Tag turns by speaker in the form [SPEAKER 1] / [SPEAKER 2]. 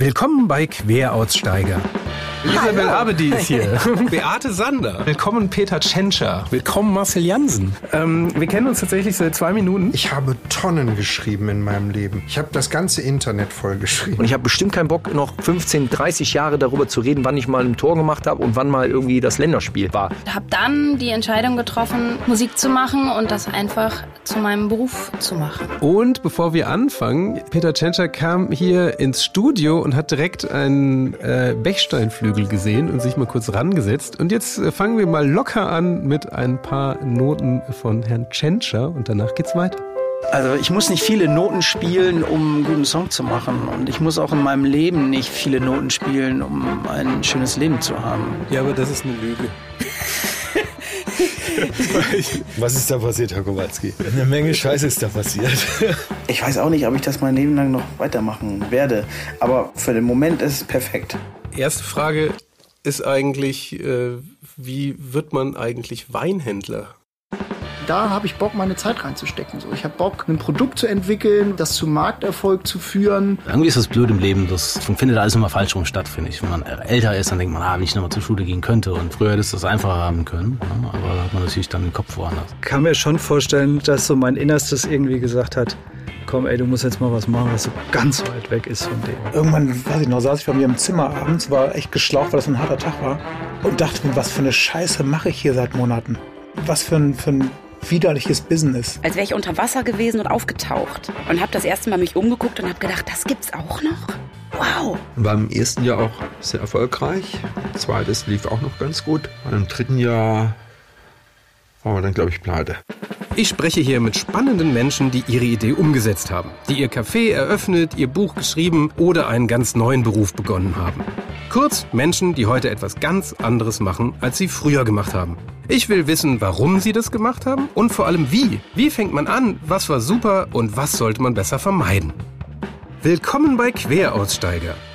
[SPEAKER 1] Willkommen bei Queraussteiger. Isabel Abedi ist hier.
[SPEAKER 2] Beate Sander. Willkommen Peter Tschentscher.
[SPEAKER 1] Willkommen Marcel Jansen. Ähm, wir kennen uns tatsächlich seit zwei Minuten.
[SPEAKER 3] Ich habe Tonnen geschrieben in meinem Leben. Ich habe das ganze Internet vollgeschrieben.
[SPEAKER 4] Und ich habe bestimmt keinen Bock, noch 15, 30 Jahre darüber zu reden, wann ich mal ein Tor gemacht habe und wann mal irgendwie das Länderspiel war.
[SPEAKER 5] habe dann die Entscheidung getroffen, Musik zu machen und das einfach zu meinem Beruf zu machen.
[SPEAKER 2] Und bevor wir anfangen, Peter Tschentscher kam hier ins Studio und hat direkt einen äh, Bechsteinflügel gesehen und sich mal kurz rangesetzt. Und jetzt äh, fangen wir mal locker an mit ein paar Noten von Herrn Tschentscher und danach geht's weiter.
[SPEAKER 6] Also ich muss nicht viele Noten spielen, um einen guten Song zu machen. Und ich muss auch in meinem Leben nicht viele Noten spielen, um ein schönes Leben zu haben.
[SPEAKER 2] Ja, aber das ist eine Lüge.
[SPEAKER 7] Was ist da passiert, Herr Kowalski? Eine Menge Scheiße ist da passiert.
[SPEAKER 6] Ich weiß auch nicht, ob ich das mein Leben lang noch weitermachen werde. Aber für den Moment ist es perfekt.
[SPEAKER 2] Erste Frage ist eigentlich, äh, wie wird man eigentlich Weinhändler?
[SPEAKER 8] da habe ich Bock, meine Zeit reinzustecken. So, ich habe Bock, ein Produkt zu entwickeln, das zu Markterfolg zu führen.
[SPEAKER 9] Irgendwie ist das blöd im Leben. Das findet alles immer falsch rum statt, finde ich. Wenn man älter ist, dann denkt man, ah, wenn ich nochmal zur Schule gehen könnte. Und früher hätte es das einfacher haben können. Ne? Aber da hat man natürlich dann den Kopf woanders.
[SPEAKER 10] kann mir schon vorstellen, dass so mein Innerstes irgendwie gesagt hat, komm ey, du musst jetzt mal was machen, was so ganz weit weg ist von dem.
[SPEAKER 11] Irgendwann, weiß ich noch, saß ich bei mir im Zimmer abends, war echt geschlaucht, weil das ein harter Tag war und dachte mir, was für eine Scheiße mache ich hier seit Monaten? Was für ein, für ein widerliches Business.
[SPEAKER 12] als wäre ich unter Wasser gewesen und aufgetaucht. Und habe das erste Mal mich umgeguckt und habe gedacht, das gibt's auch noch? Wow!
[SPEAKER 13] War im ersten Jahr auch sehr erfolgreich. Zweites lief auch noch ganz gut. Und im dritten Jahr waren wir dann, glaube ich, pleite.
[SPEAKER 1] Ich spreche hier mit spannenden Menschen, die ihre Idee umgesetzt haben, die ihr Café eröffnet, ihr Buch geschrieben oder einen ganz neuen Beruf begonnen haben. Kurz Menschen, die heute etwas ganz anderes machen, als sie früher gemacht haben. Ich will wissen, warum sie das gemacht haben und vor allem wie. Wie fängt man an? Was war super und was sollte man besser vermeiden? Willkommen bei Queraussteiger,